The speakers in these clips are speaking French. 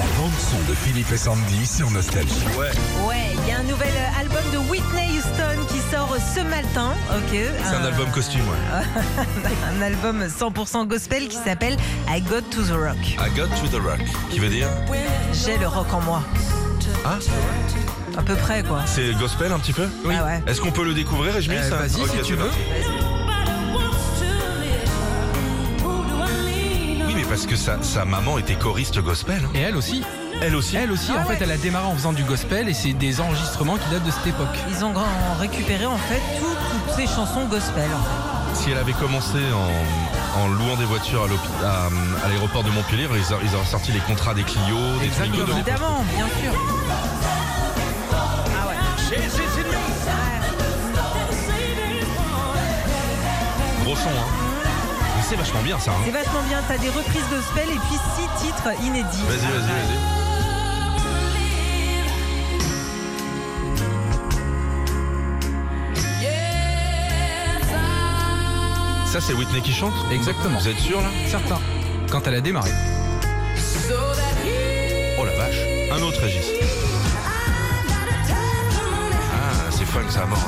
son de Philippe et Sandy sur Nostalgie. Ouais. Ouais, il y a un nouvel euh, album de Whitney Houston qui sort euh, ce matin. Ok. C'est Ah. un album costume, ouais. Un album 100% gospel qui s'appelle I Got to the Rock. I got to the rock. Qui veut dire J'ai le rock en moi. Ah. À peu près quoi. C'est gospel un petit peu Oui. Ah ouais. Est-ce qu'on peut le découvrir, Régimus Euh, vas-y, si Ok, tu c'est veux. parti. Oui, mais parce que sa, sa maman était choriste gospel. hein. Et elle aussi. Elle aussi. Elle aussi, Ah en ouais. fait, elle a démarré en faisant du gospel et c'est des enregistrements qui datent de cette époque. Ils ont grand- récupéré en fait tout- toutes ces chansons gospel. en fait. Si elle avait commencé en, en louant des voitures à l'hôpi- à, à l'aéroport de Montpellier, ils, a- ils auraient sorti les contrats des Clio, des Twingo. Exactement. de l'époque. Évidemment, bien sûr. Ah ouais. Gros son, hein. Mais c'est vachement bien ça. hein. C'est vachement bien. T'as des reprises gospel et puis six titres inédits. Vas-y, vas-y, vas-y. Ça, c'est Whitney qui chante Exactement. Vous êtes sûr là Certains. Quand elle a démarré. Oh la vache Un autre Régis. Ah, c'est funk ça à mort.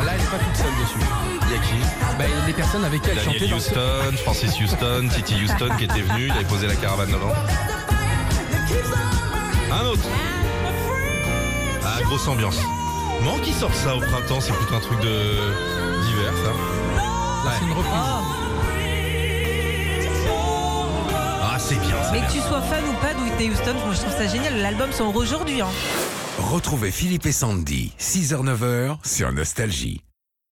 Ah là, elle est pas toute seule dessus. Il y a qui Bah, il y a des personnes avec qui elle chantait. Daniel dans- Houston, Francis Houston, Titi Houston qui était venu, il avait posé la caravane devant. Un autre Ah, grosse ambiance. Moi qui sort ça au printemps, c'est plutôt un truc de d'hiver ça. Là, c'est une reprise. Oh, Ah, c'est bien ça. mais que tu sois fan ou pas de Whitney Houston, moi je trouve ça génial. L'album sort aujourd'hui. hein. Retrouvez Philippe et Sandy, 6h-9h sur Nostalgie.